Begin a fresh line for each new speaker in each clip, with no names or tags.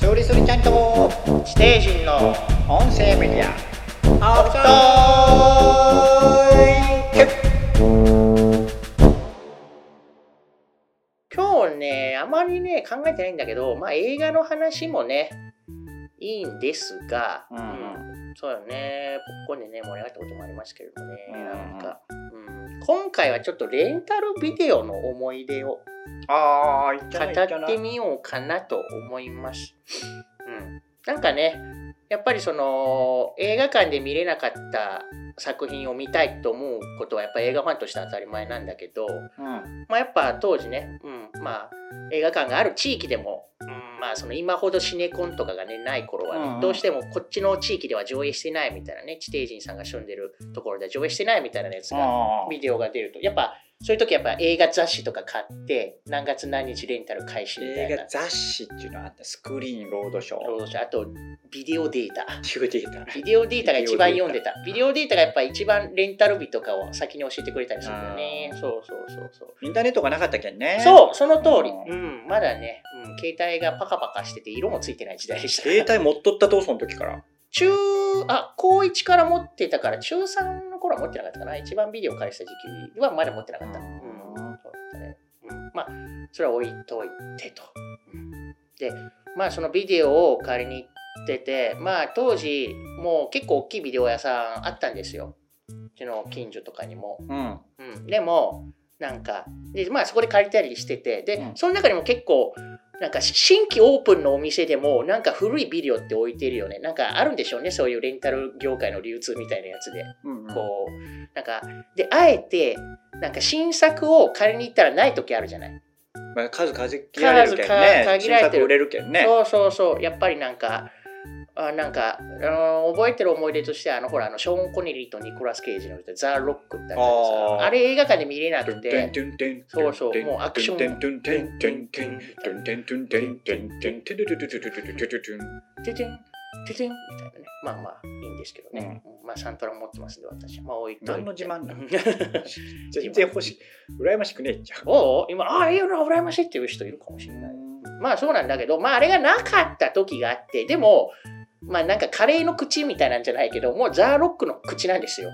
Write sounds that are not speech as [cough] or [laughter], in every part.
処理するちゃんと地底人の音声メディアアフター今日ねあまりね考えてないんだけどまあ映画の話もねいいんですが、
うんうん
そうよねポップコーンでね盛り上がったこともありましたけれどもね、
うんうん
なんか、うん、今回はちょっとレンタルビデオの思い出を
ああ、いっちゃないいっちゃ
語っ
な
て
い。
みようかなと思います。うん、なんかねやっぱりその映画館で見れなかった作品を見たいと思うことはやっぱり映画ファンとしては当たり前なんだけど、
うん。
まあ、やっぱ当時ね、うんまあ、映画館がある地域でも、うんまあ、その今ほどシネコンとかが、ね、ない頃はね、
うんうん
どうしてもこっちの地域では上映してないみたいなね地底人さんが住んでるところでは上映してないみたいなやつが
あ
ビデオが出るとやっぱそういう時やっぱ映画雑誌とか買って何月何日レンタル開始
ー
みたい
映
な
画雑誌っていうのあった。スクリーンロードショー。
労働者あとビデオデータ
中データ。
ビデオデータが一番読んでたビデオデータがやっぱ一番レンタル日とかを先に教えてくれたりするんだよね
あー
そうそうそうそう
インターネットがなかったけんね。
そうその通り、
う
うん、まだね、うん、携帯がパカパカしてて色もついてない時代でした
携帯持っとったと、その時から。
中あ高1から持ってたから中3の頃は持ってなかったかな一番ビデオ返した時期はまだ持ってなかった、
う
うん
ん
そうだねうんまあそれは置いといてと、うんでまあそのビデオを借りに行っててまあ当時もう結構大きいビデオ屋さんあったんですようちの近所とかにも、
うん。
うん、でもなんかでまあそこで借りたりしててで、
うん
その中にも結構なんか新規オープンのお店でもなんか古いビデオって置いてるよねなんかあるんでしょうねそういうレンタル業界の流通みたいなやつで
うんうん。
こうなんかであえてなんか新作を借りに行ったらない時あるじゃない、
まあ、数限られるけんね。
数か限られ
新作
てる
売れるけんね。
そうそうそうやっぱりなんかあなんか、あの覚えてる思い出としてあのほらあのショーン・コネリーとニコラス・ケイジの歌「ザ・ロック」ってあったじゃないですか
あー
あれ映画館で見れなくてそうそうもうアクションててんててんみたいなねまあまあいいんですけどね、まあサントラ持ってますんで私まあ置いといて
何の自慢な全
全
然
然
欲しい。羨ましくねえじゃん。
[laughs] おう今ああいうの羨ましいっていう人いるかもしれないまあそうなんだけどまああれがなかった時があってでもまあなんかカレーの口みたいなんじゃないけどもうザーロックの口なんですよ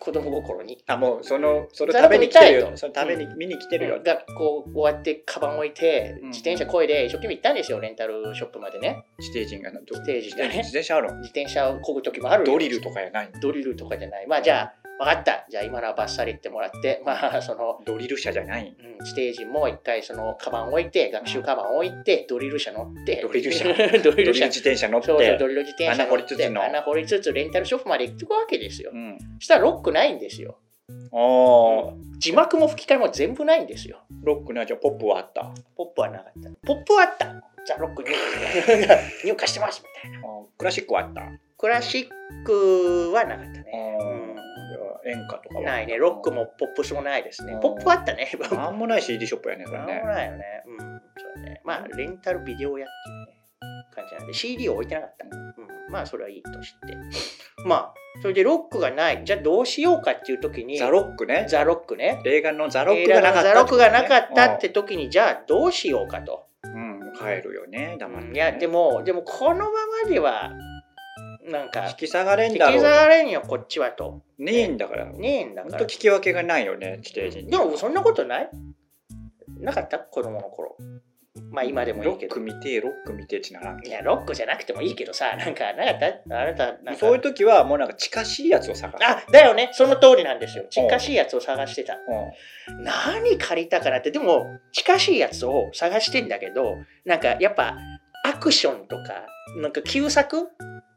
子供心に。
あ、もうその、それ食べに来てるよ。その食べに、見に来てるよ。
学校終わってカバン置いて
うん
自転車こいで一生懸命行ったんですよレンタルショップまでね
地底人がなど
地底人がね
自転車あるの
自転車をこぐ時もある
ドリルとかやないの
ドリルとかじゃないまあじゃあ分かったじゃあ今のはバッサリ言ってもらってまあ [laughs] その
ドリル車じゃない
うん、地底人も一回そのカバン置いて学習カバン置いてドリル車乗って
ドリル車
[laughs] ド
ド
リ
リル
ル車
自転車乗っ
そうそう
て
ドリル自転車
穴掘りつつの
穴掘りつつレンタルショップまで行ってくわけですよ、
うん
したらロックないんですよ
あー
字幕も吹き替えも全部ないんですよ
ロックなじゃあポップはあったあ
ポップはなかったポップはあったじゃあロ
[laughs]
ック入荷入荷してますみたいな
ークラシックはあったあ
クラシックはなかった
ー
ね
じゃあ演歌とかは
ないねロックもポップスもないですね
うん
ポップはあったね
なんもない CD ショップやねそれ
なん
ね
もないよね。うん。そうだね。まあ、レンタルビデオ屋っていうね、感じなんで、CD を置いてなかった。うん。まあ、それはいいとして。まあ、それでロックがない。じゃあどうしようかっていう時に、
ザ・ロックね
ザロックね。
映画のザ・ロッ
映
クが
画
なか
の
った
ザロックがなかったって時に、じゃあどうしようかと。
うんうん帰るよね黙ってね
いや、でも、でもこのままでは、なんか
引、き下がれん
引き
だろう
ざれんよ、こっちはと。
ねえんだから
ねえんだ
ほん
か
と
ら
聞。き分けがないよね地底人
でも、そんなことないなかった子供の頃。まあ、今でもいい
ロ
け
ッ
ど
ク。見てえロック見てえってならん
いや、ロックじゃなくてもいいけどさ、なんか、なんかだ、あなた、なんか、
そういう時はもうなんか近しいやつを探す
あ、だよね、その通りなんですよ。近しいやつを探してた。
うん
何借りたかなって、でも、近しいやつを探してんだけど、なんか、やっぱ、アクションとか、なんか、旧作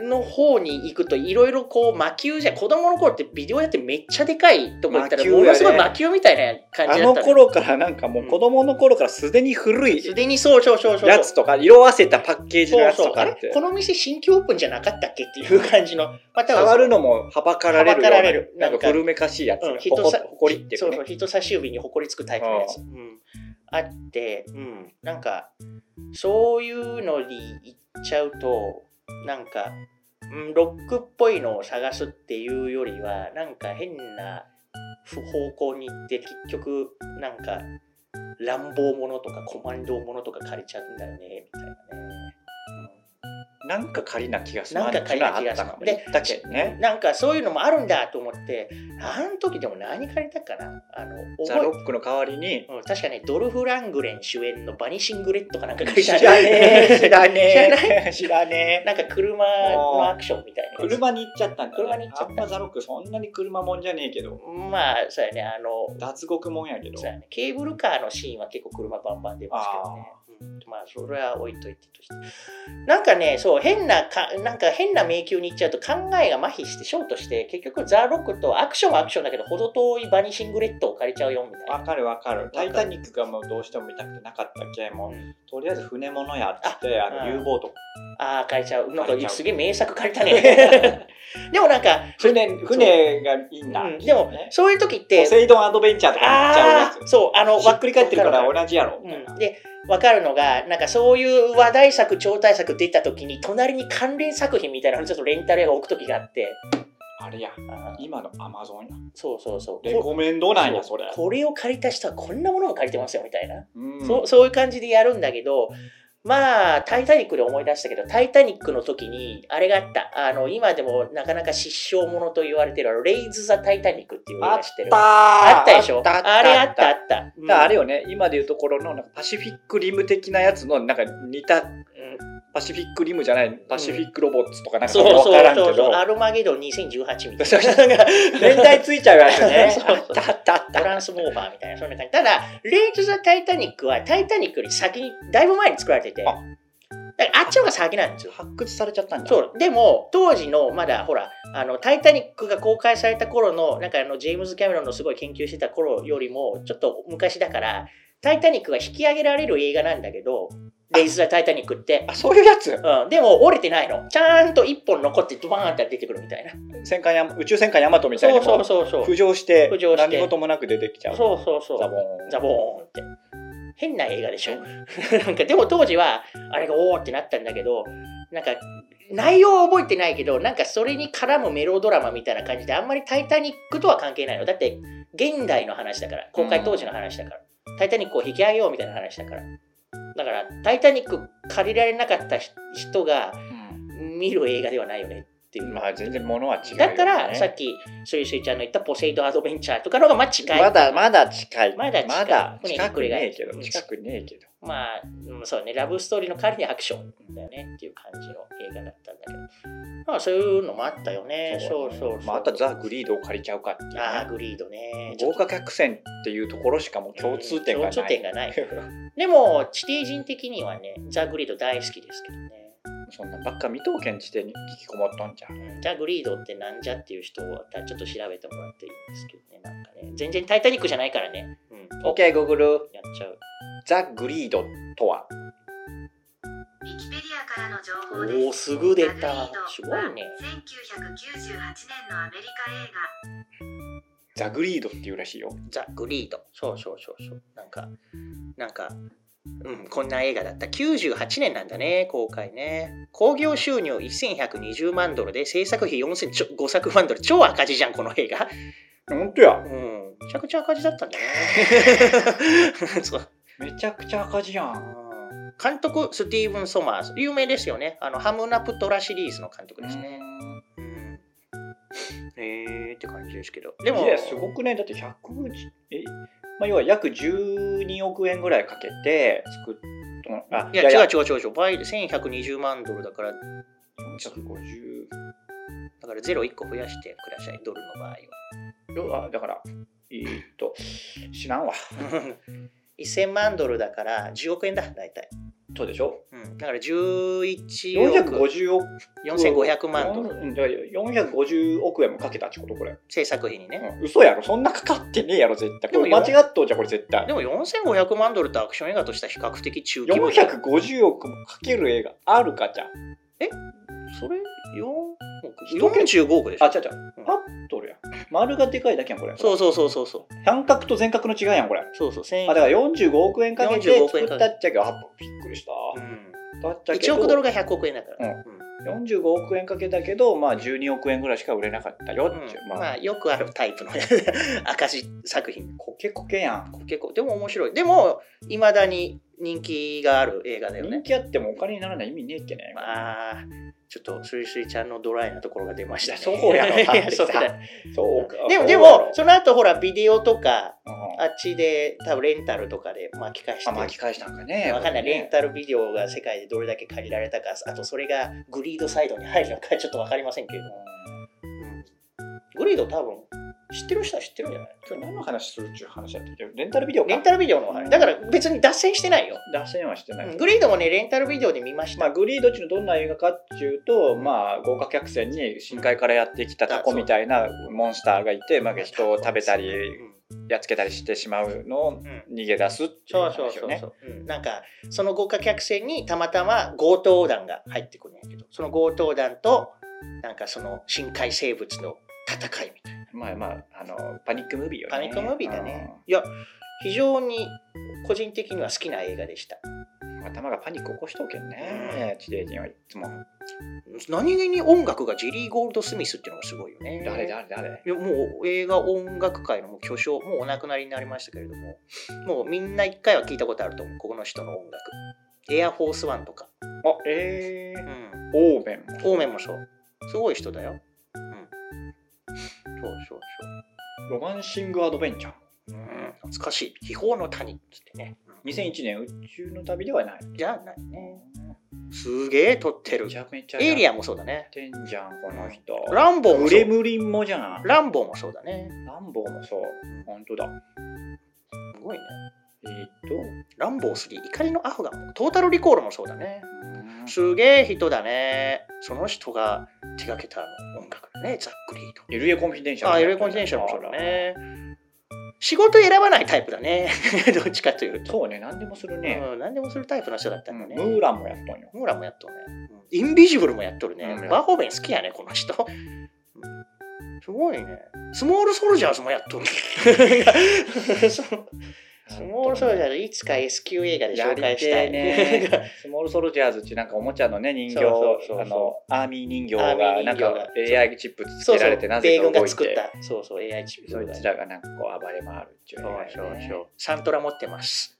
の方に行くと、いろいろこう、魔球じゃ、子供の頃ってビデオやってめっちゃでかいとこ行った
魔
ら、
球や
も
ね
のすごい魔球みたいな感
あ
じだ
の
ったの。
頃からなんかもう子供の頃からすでに古い
すでにそうそうそうそう。
やつとか色あせたパッケージの
そう
やつ
そう
と。か
あ
っ
れ
て
この店新規オープンじゃなかったっけっていう感じの。または
触るのもはばかられるよう
はば
な
かられる
なんか古めかしいやつ
うん、
が
人
ほこ
さ
ほこりってい
そう
う
そう
ね
人差し指にほこりつくタイプのやつ、うんあって、うん、なんかそういうのに行っちゃうとなんか、うん、ロックっぽいのを探すっていうよりはなんか変な不方向に行って結局なんか乱暴者とかコマンド者とか借りちゃうんだよねみたいなね
なんか仮な気がする。
なんか仮な気がする
まあ言
で
ったけどね。
なんかそういうのもあるんだと思ってあの時でも何借りたかなあの
ザ・
覚
ロ
え
ックの代わりに。
うん確かねドルフ・ラングレン主演の「バニシング・レッド」かなんか借り
知
た
らね [laughs] え、知ら
知ら
ねえ、知らねえ。
なんか車のアクションみたいなやつ
車に行っちゃったんだ、ね。
車に行っちゃった
あんまザ・ロックそんなに車もんじゃねえけど、
まあそうやねあの
脱獄もんやけど
そう。やね、ケーブルカーのシーンは結構車バンバン出ますけどね、うんまあそれは置いといてとしてなんかねそう変なかなんか変な迷宮に行っちゃうと考えが麻痺してショートして結局ザ・ロックとアクションはアクションだけど程遠いバニシングレッドを借りちゃうよみたい
わ
な。
かるわかる。
か
タ
る
イタニックがもうどうしても見たくてなかったけもう、とりあえず船物やっつって、あ
あ
の、
うん
U ボー [laughs] ト。
ああ借りちゃうなん
借りちゃ
か
う
すげえ名作借り
[laughs]
たねでもなんか、
船、船がいいんだ。
うんでも
ね
そういう時っ
ポ
て
セイドンアドベンチャーとか言っちゃうや
あ
つ
あ。そうあの
ひっくり返ってるか
わ
ら
かる
同じやろみたいな。
うん、で分かるのがなんかそういう話題作超大作出た時に隣に関連作品みたいなのをちょっとレンタル屋が置く時があって
あれや、
あー
今のアマゾンや。
そうそうそう
レコメンドなんや、それ。
これを借りた人はこんなものも借りてますよみたいな、
うん
そうそういう感じでやるんだけどまあ「タイタニック」で思い出したけど「タイタニック」の時にあれがあったあの今でもなかなか失笑ものと言われてるあのレイズ・ザ・タイタニックっていう映
あ
画
っ
知ってる
たー
あったでしょ
あった
あれあったあ
あっ
った、う
ただ
ん
からあれよね、今でいうところのなんかパシフィックリム的なやつのなんか似た
うん
パシフィックリムじゃないパシフィックロボッツとかなんか
そう
わ
そ
から
うんそう
け
そう、
ど
アルマゲドン2018みた
そうそう
いな。
連帯ついちゃうやつね
[laughs] そう
あ
そ
っ
う
たあったあっ
ト
た
ランスモーバーみたいな、そんな感じ。ただ、レイズ・ザ・タイタニックは、タイタニックより先に、だいぶ前に作られてて、だ
あ
からあっちの方が先なんですよ。
発掘されちゃったんだ
そうでも当時のまだほらあの「タイタニック」が公開された頃のなんかあのジェームズ・キャメロンのすごい研究してた頃よりもちょっと昔だから「タイタニック」が引き上げられる映画なんだけど「レイズ・ザ・タイタニック」って、
あそういうやつ
うん、でも折れてないのちゃんと1本残ってドバーンって出てくるみたいな
戦艦ヤマ宇宙戦艦ヤマトみたい
そ
に
うそう
も
そうそう
う浮上して
浮上して
何事もなく出てきちゃう
そうそうそう。
ザボーン
ザボーンって。変な映画でしょ [laughs] なんかでも当時はあれがおおってなったんだけどなんか内容は覚えてないけどなんかそれに絡むメロドラマみたいな感じであんまり「タイタニック」とは関係ないのだって現代の話だから公開当時の話だから「タイタニック」を引き上げようみたいな話だからだから「タイタニック」借りられなかったひ人が
う
見る映画ではないよねってい
ん
う、
まあ全然物は違うよね
だからさっきすいすいちゃんの言った「ポセイド・アドベンチャー」とかの方がまあ近い
まだまだ近い。
まだ近い船ひっ
近
く
く
り
ね
返
えけど、
うん
近くねえけど。
まあ、うんそうね、ラブストーリーの代わりにアクションだよねっていう感じの映画だったんだけど、まあそういうのもあったよね。そうそうそう。
まああとザ・グリードを借りちゃうかっていうね、
あーグリードね。
豪華客船っていうところしかもう共通点がない。
共通点がない。でも、地底人的にはね、ザ・グリード大好きですけどね。
[laughs] そんなんばっか未当見地点に引きこもっとんじゃん。
うんザ・グリードってなんじゃっていう人をちょっと調べてもらっていいんですけどね、なんかね。全然タイタニックじゃないからね。うん、や
OK、グーグル。
っちゃう。
ザ・グリードとは
ウィキペディアからの情報です。
おお、すぐ出た
ザグリード。
すごいね。
1998年のアメリカ映画。
ザ・グリードっていうらしいよ。
ザ・グリード。そうそうそうそう。なんか、なんか、うん、こんな映画だった。98年なんだね、公開ね。興行収入1120万ドルで、制作費4500万ドル。超赤字じゃん、この映画。
ほんとや
う。ん、めちゃくちゃ赤字だったんだね。 [laughs] そう
めちゃくちゃ赤字やん。
監督、スティーブン・ソマーズ。有名ですよね。あの、ハムナプトラシリーズの監督ですね。うん。えーって感じですけど。で
で
も、
も、いや、すごくね。だって100、え、まあ、要は約12億円ぐらいかけて作ったあ、
いや違う違う違う違う。倍で1120万ドルだから、
450
だからゼロ1個増やしてください、ドルの場合は。 [laughs]
よあだからえーっと知らんわ
1000万ドルだから10億円だ、大体。
そうでしょ
うん、だから11億
450億
4500万ドル、
うんだから450億円もかけたってことこれ、
制作費にね。
うん嘘やろそんなかかってねえやろ絶対これ
でも
間
よ
違っとうじゃんこれ絶対
でも4500万ドルとアクション映画としては比較的中規模じゃん。
450億もかける映画あるかじゃん
それ4
一
億
桁
?45 億でし
あ
ょ。
違う違うあっとるやん丸がでかいだけやんこれ
そううそうそうそうそう。
半角と全角の違いやんこれ
そうそう、
あ
千
だから45億円かけ
45
て
億
作
円
っ
かけて
たっちゃけどあびっくりした、
うん
だっちゃけ
1
ど
億ドルが100億円だから。
う
うん
45億円かけたけどまあ12億円ぐらいしか売れなかったよっていう、
うん
まあ
まあ、よくあるタイプの [laughs] 赤字作品。
コケコケやん。
結構でも面白いでもいまだに人気がある映画だよ
人
ね。
気あってもお金にならない意味ねえっけね。
まあ、ちょっとすいすいちゃんのドライなところが出ましたね。
そうやろ
いや [laughs] そうだ
そうか。
でも、で
そう
も、その後ほら、ビデオとか、
だろう
あっちで、多分レンタルとかで巻き返して
ん、あ、巻き返したんかね。
わかんない、レン
ね。
タルビデオが世界でどれだけ借りられたか、あとそれがグリードサイドに入るのかちょっとわかりませんけれども、グリード多分知ってる人は知ってるんじゃない
今日何の話するっちゅう話だったっけレンタルビデオか。
レンタルビデオの話、だから別に脱線してないよ。
脱線はしてない。
うんグリードもね、レンタルビデオで見ました。
まあ、グリードっちゅうのどんな映画かっていうと、まあ、豪華客船に深海からやってきたタコみたいなモンスターがいて、まあ、人を食べた
う
り
ん
やっつけたりしてしまうのを
うん
逃げ出すっていう
そう
話
そう
です
そ
よ
う
ね
そ。う、うんなんかその豪華客船にたまたま強盗団が入ってくるんやけどその強盗団となんかその深海生物の戦いみたいな
まあまあ、あの、パニックムービーよね。
パニックムービーだね、いや非常に個人的には好きな映画でした
うん。頭がパニック起こしとけんね。地底人はいつも。
何気に音楽がジェリー・ゴールド・スミスっていうのがすごいよね
誰誰誰
いやもう映画音楽界のもう巨匠もうお亡くなりになりましたけれどももうみんな一回は聞いたことあると思うここの人の音楽エアフォースワンとか、
あ、え
う
ー、
ん、
オーベン。
オーメンもそう。すごい人だよ。うん。そうそう
ロマンシングアドベンチャー。
そう。うん、懐かしい。秘宝の谷っつってね。
2001年宇宙の旅ではない。
じゃあないね。すげえ撮ってる
め。ちゃめちゃ。
エイリ
アン。
アンもそうだね。
てんじゃん、この人。
ランボーも
グ
そ
レ
う。
ムリンもじゃん。
ランボーもそうだね。
ランボーもそう。本当だ。
すごいね。
えー、っ
ランボー3、怒りのアフガンも。トータルリコールもそうだね。
と、
すげえ人だね。その人が手掛けた音楽だね、ざっくりと。
ゆるえコンフィデンシャル。
あ、エレコンテンションもそうだ。ね。仕事選ばないタイプだね。 [laughs] どっちかというと。
そうね、何でもするね。
うん、何でもするタイプの人だったんだね。
ムーランもやったんよ。
ムーランもやっとるね、インビジブルもやっとるね、
うん
バーホーベン好きやねこの人すごいねスモールソルジャーズもやっと
[laughs]
るねそうスモールソルジャーズいつか S 級映画で
や
紹
り
介してた
え
い
ねスモールソルジャーズってなんかおもちゃのね人形
そうそうそうそう
あのアーミー人形
ア
が
ーミー
な
人
ん
形が
か AI チップつ
[laughs] そ
け
うそ
られ
う
てなぜ
米
か動
軍
いて
が作ったそうそう AI チップ
そいつらがなんかこう暴れ回るっていう
そう
ね
そうそうサントラ持ってます、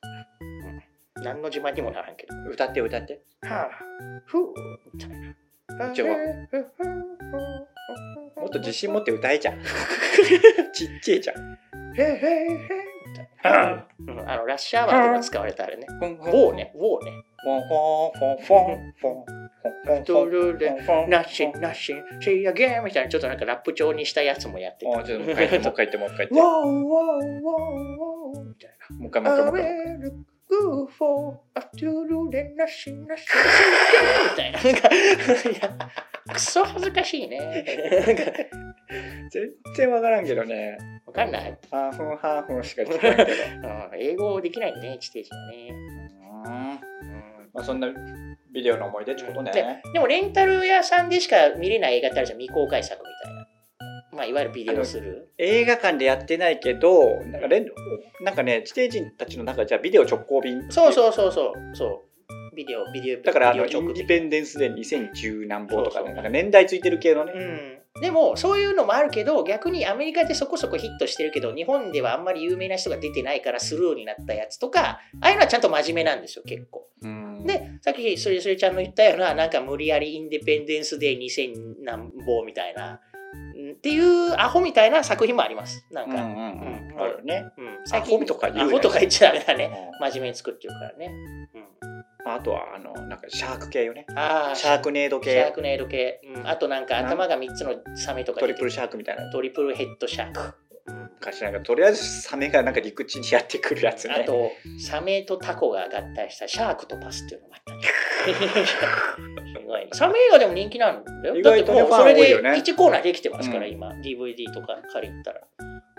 うん、何の自慢にもならんけど
歌って歌って
はあふうみたいな
ちょもっと自信持って歌えちゃうちっちゃいじゃん
へへへうんあのラッシュアワーとか使われたあれね。
フォンフ
ウ
ォン
ォーね、ウォーね。
フォンフォンフォンフォンフォンフォンフォ
ド
ン
ル
フォ
で
ンフォン
ナッシン、ナッシン、シーアゲーンみたいな、ちょっとなんかラップ調にしたやつもやって
あ
た。
ーちょっともう一回言ってもう一回言ってもう一回
ウォ
言っ
ーウォーウォーウォーみたい
てもう一回もう
な。
一回も
I
う一回
will go for a doodle でナッシン、ナッシン、シーアゲーンみたいな。なんかいやくそ恥ずかしいね。
全然わからんけどね
わかんない。
ハーフンハーフンしか聞こえんけど
うん英語できないね、地底人はね。
うん
うん
まあ、そんなビデオの思い出ってことね。
でもレンタル屋さんでしか見れない映画ってあるじゃん未公開作みたいな、まあ、いわゆるビデオする
映画館でやってないけど、なんかレンなんかね、地底人たちの中じゃビデオ直行便。
そう
う。
そうそうそうそうビデオビデオ
だからあ
ビデ
の
オ
イン
直
ディ
的
ペンデンスで2010何本とか
そうそ
ね、
う
なんか年代ついてる系のね。
うん、でもそういうのもあるけど逆にアメリカでそこそこヒットしてるけど日本ではあんまり有名な人が出てないからスルーになったやつとかああいうのはちゃんと真面目なんですよ結構
うん
でさっきすれすれちゃんの言ったようななんか無理やりインディペンデンスデー2000何本みたいなうんっていうアホみたいな作品もありますなん
うんうん
か、
う
う
んん。あるよね。
うん、
アホとか言うな
アホとか言っちゃダメだね。
う
真面目に作ってるからね。
んあとは、あの、なんかシャーク系よね。
ああ、
シャークネード
シャー
系。
クネイド系。うんあとなんか頭が3つのサメとか
ト
出
リプ
てく
ル
る。
シャークみたいな。
トリプルヘッドシャーク。
昔なんか、とりあえずサメがなんか陸地にやってくるやつね。
あと、サメとタコが合体したシャークとパスっていうのもあっ
[laughs]
たね。すごいねサメ映画でも人気なんだよ。
意外とね
だってもうそれ
ファン多いよ
で
ね
1コーナーできてますから、
うん
今、DVD とか借りたら。こ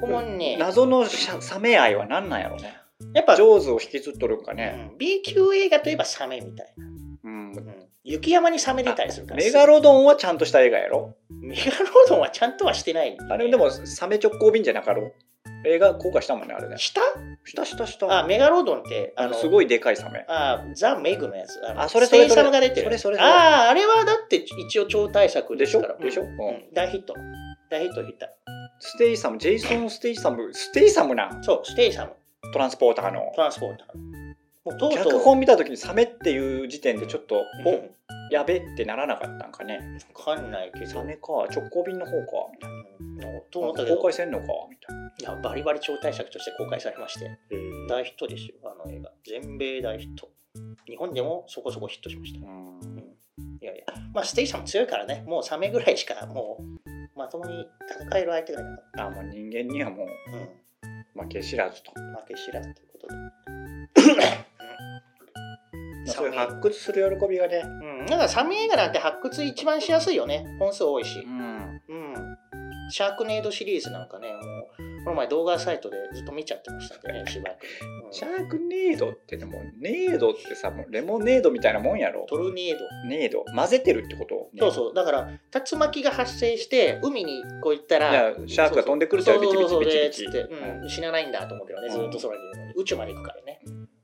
こもね、
謎のシャサメ愛は何なんやろね。
やっぱ、
ジョーズを引きずっとるんかね。
うん B 級映画といえばサメみたいな。
うん
うん雪山にサメ出たりするから。
メガロドンはちゃんとした映画やろ
メガロドンはちゃんとはしてない、
あれでもサメ直行便じゃなかろう映画公開したもんねあれね
下
したしたした
あ、メガロドンって、
あ
あ
の
の、
すごいでかいサメ
あ、ザ・メグのやつ。の
あそれそれ
ステイサムが出てる。
それそれそれ
ああ、あれはだって一応超大作ですから。
でしょでしょ
うん
うん
うん大ヒット。大ヒットヒット。
ステイサムジェイソン・ステイサムステイサムなん
そう、ステイサム、
トランスポーターの
トランスポーター。もうとうとう
脚本見た時にサメっていう時点でちょっと、
お
おやべってならなかったんかね。
わかんないけ
サ
ど
メか、直行便の方か、みたい
うんと思ったけ
な。
ど
公開せんのか、みたいな。
いやバリバリ超大作として公開されまして大ヒットですよあの映画全米大ヒット日本でもそこそこヒットしました
うん
いやいやまあステイさんも強いからねもうサメぐらいしかもうまともに戦える相手がいなかっ
あもう人間にはも
た、うん、
う負け知らずと。
負け知らずということで
そういう
サメ
発掘する喜びがね。
うん、なんかサメ映画なんて発掘一番しやすいよね本数多いし、
ん。
うん、シャークネードシリーズなんかねもうこの前動画サイトでずっと見ちゃってましたねしばらく、うん
シャークネードってでも、ネードってさ、もうレモネードみたいなもんやろ。
トルネード
ネード。混ぜてるってこと、
そうそうだから竜巻が発生して海にこう行った
いや
ら
シャークが飛んでくるじゃん
そうそうそう
ビチビチ
で
ビチビチ
つってうん死なないんだと思うけどねずっと空にいるのに宇宙まで行くからね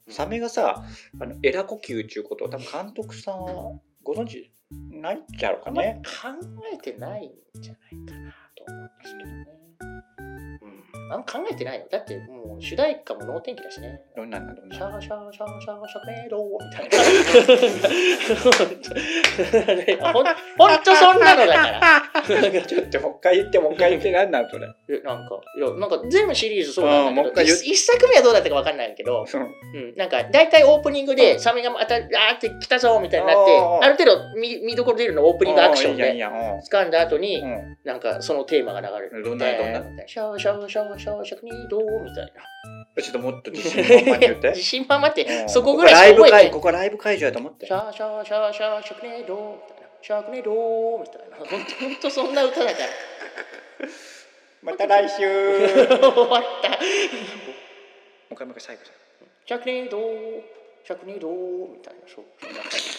サメがさ、あのエラ呼吸っていうことを多分監督さんはご存知ないっちゃろう
あ
か
んまり
ね。
考えてないんじゃないかなと思うんですけどね、うん、あんま考えてないよだってもう主題歌も能天気だしね
どんなんなんどん
シ
なん。
ャーシャーシャーシャーシャーメイドみたいな。ほんほんとそんなのだから。なんかちょっ
じゃあもう一回言ってもう一回言ってなんなんそれ。
とえなんか、いや、なんか全部シリーズそうなん
あーもう
だ
一回
けど、
言っ
一一作目はどうだったかわかんないけど、
その
うん、なんか大体オープニングでサメがまた、あーって来たぞみたいになって
あーあ、ー
ある程度見見どころ出るのオープニングアクション
ああいい
で。
やんいいやん
掴んだ後に
う、んうん
なんかそのテーマが流れる。
どんなどんな
みたいシャーシャーシャーシャーシャーメイドみたいな。
ちょっともっと自信満々に言っ
自
て。
信満々って、
うん
そこぐらいしか
ここ
覚
ラ
[laughs] え
イ
て
ブ会ここライブ会場やと思って
シ。ャーシャーシャーシャーシャークネードーみたいなシャークネードーみたいなほんとほんとそんな歌だから
また来
[laughs]
週。もう
終わった
一回もう一回最後。
シャークネードーシャークネードーみたいなそうそんな感じ